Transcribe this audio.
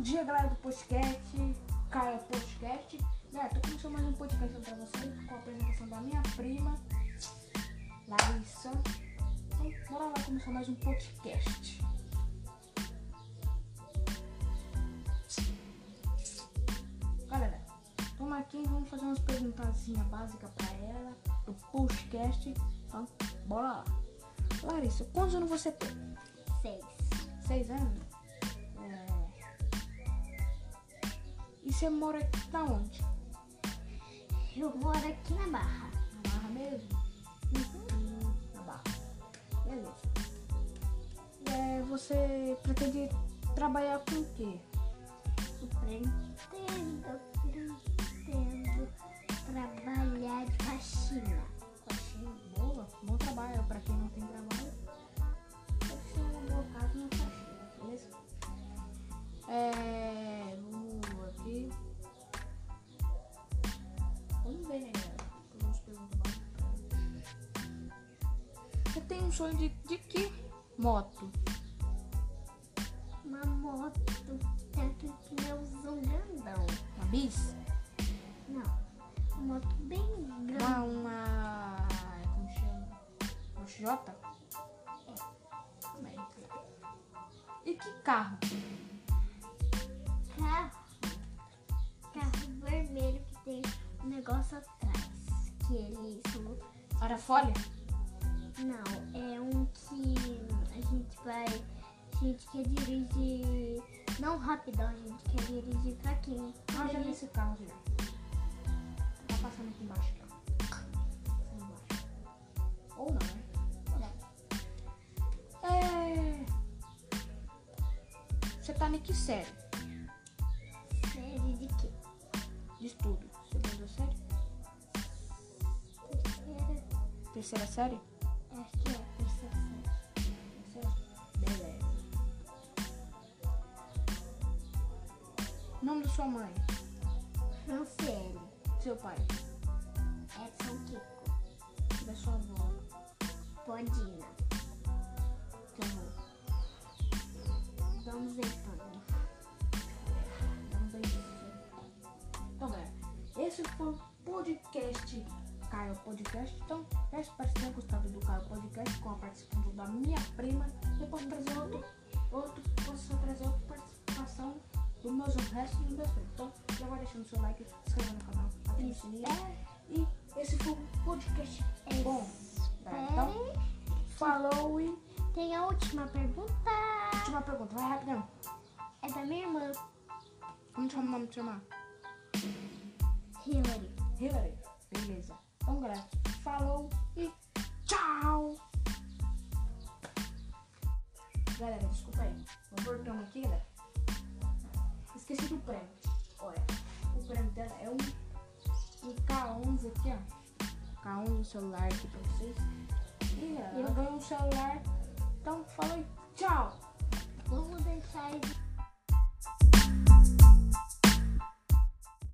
dia, galera do podcast. Cara, podcast. Galera, tô começando mais um podcast pra vocês com a apresentação da minha prima, Larissa. Então, bora lá começar mais um podcast. Galera, toma aqui e vamos fazer umas perguntazinhas básicas pra ela do podcast. Então, bora lá. Larissa, quantos anos você tem? Seis. Seis anos? É. E você mora aqui na onde? Eu moro aqui na Barra. Na Barra mesmo? Hum, Na Barra. Beleza. É, você pretende trabalhar com o quê? Pretendo, pretendo trabalhar de faxina. Faxina, boa. Bom trabalho pra quem não tem trabalho. Eu sou um tá bocado na faxina. Beleza? É. Vamos aqui. Vamos ver, né, galera? Vamos perguntar mais. Você tem um sonho de, de que moto? Uma moto, tanto que eu uso um grandão. Uma bis? Não, uma moto bem grande. Uma. uma... Como chama? Uma XJ? Como é que- E que carro? Carro, carro vermelho que tem um negócio atrás. Que ele são Para folha? Não, é um que a gente vai. A gente quer dirigir. Não rapidão, a gente quer dirigir fraquinho. Ah, já vi Dirigir- esse carro já. Tá passando aqui embaixo. aqui, ó. Passando embaixo. Ou não, né? É... Você tá em que série? Série de quê? De estudo. Segunda série? Terceira. Terceira série? Acho que é a terceira série. Terceira. Beleza. Nome da sua mãe? Franciele. do Seu pai? Edson Kiko. Da sua avó? Podina. do Seu avô? Dom Zeitona. Não sei se- Então, galera, esse foi o podcast Caio Podcast. Então, eu espero que tenham gostado do Caio Podcast com a participação da minha prima. Eu posso trazer outro, outro posso trazer outra participação do meus restos dos meus filhos. Então, já vai deixando seu like, se inscrevendo no canal, ativando o sininho. E esse foi o podcast bom. Tá, então, falou e Tem a última pergunta. última pergunta. Vai rapidão. É da minha irmã, Como chama o nome de chamar? Hillary. Hillary. Beleza. Então, galera, falou e tchau! Galera, desculpa aí. Voltamos aqui, galera. Esqueci do prêmio. Olha, o prêmio dela é um, um K11 aqui, ó. K11 no um celular aqui pra vocês. E É. galera, eu ganhei um celular. Então, falou e tchau! Vamos deixar ele.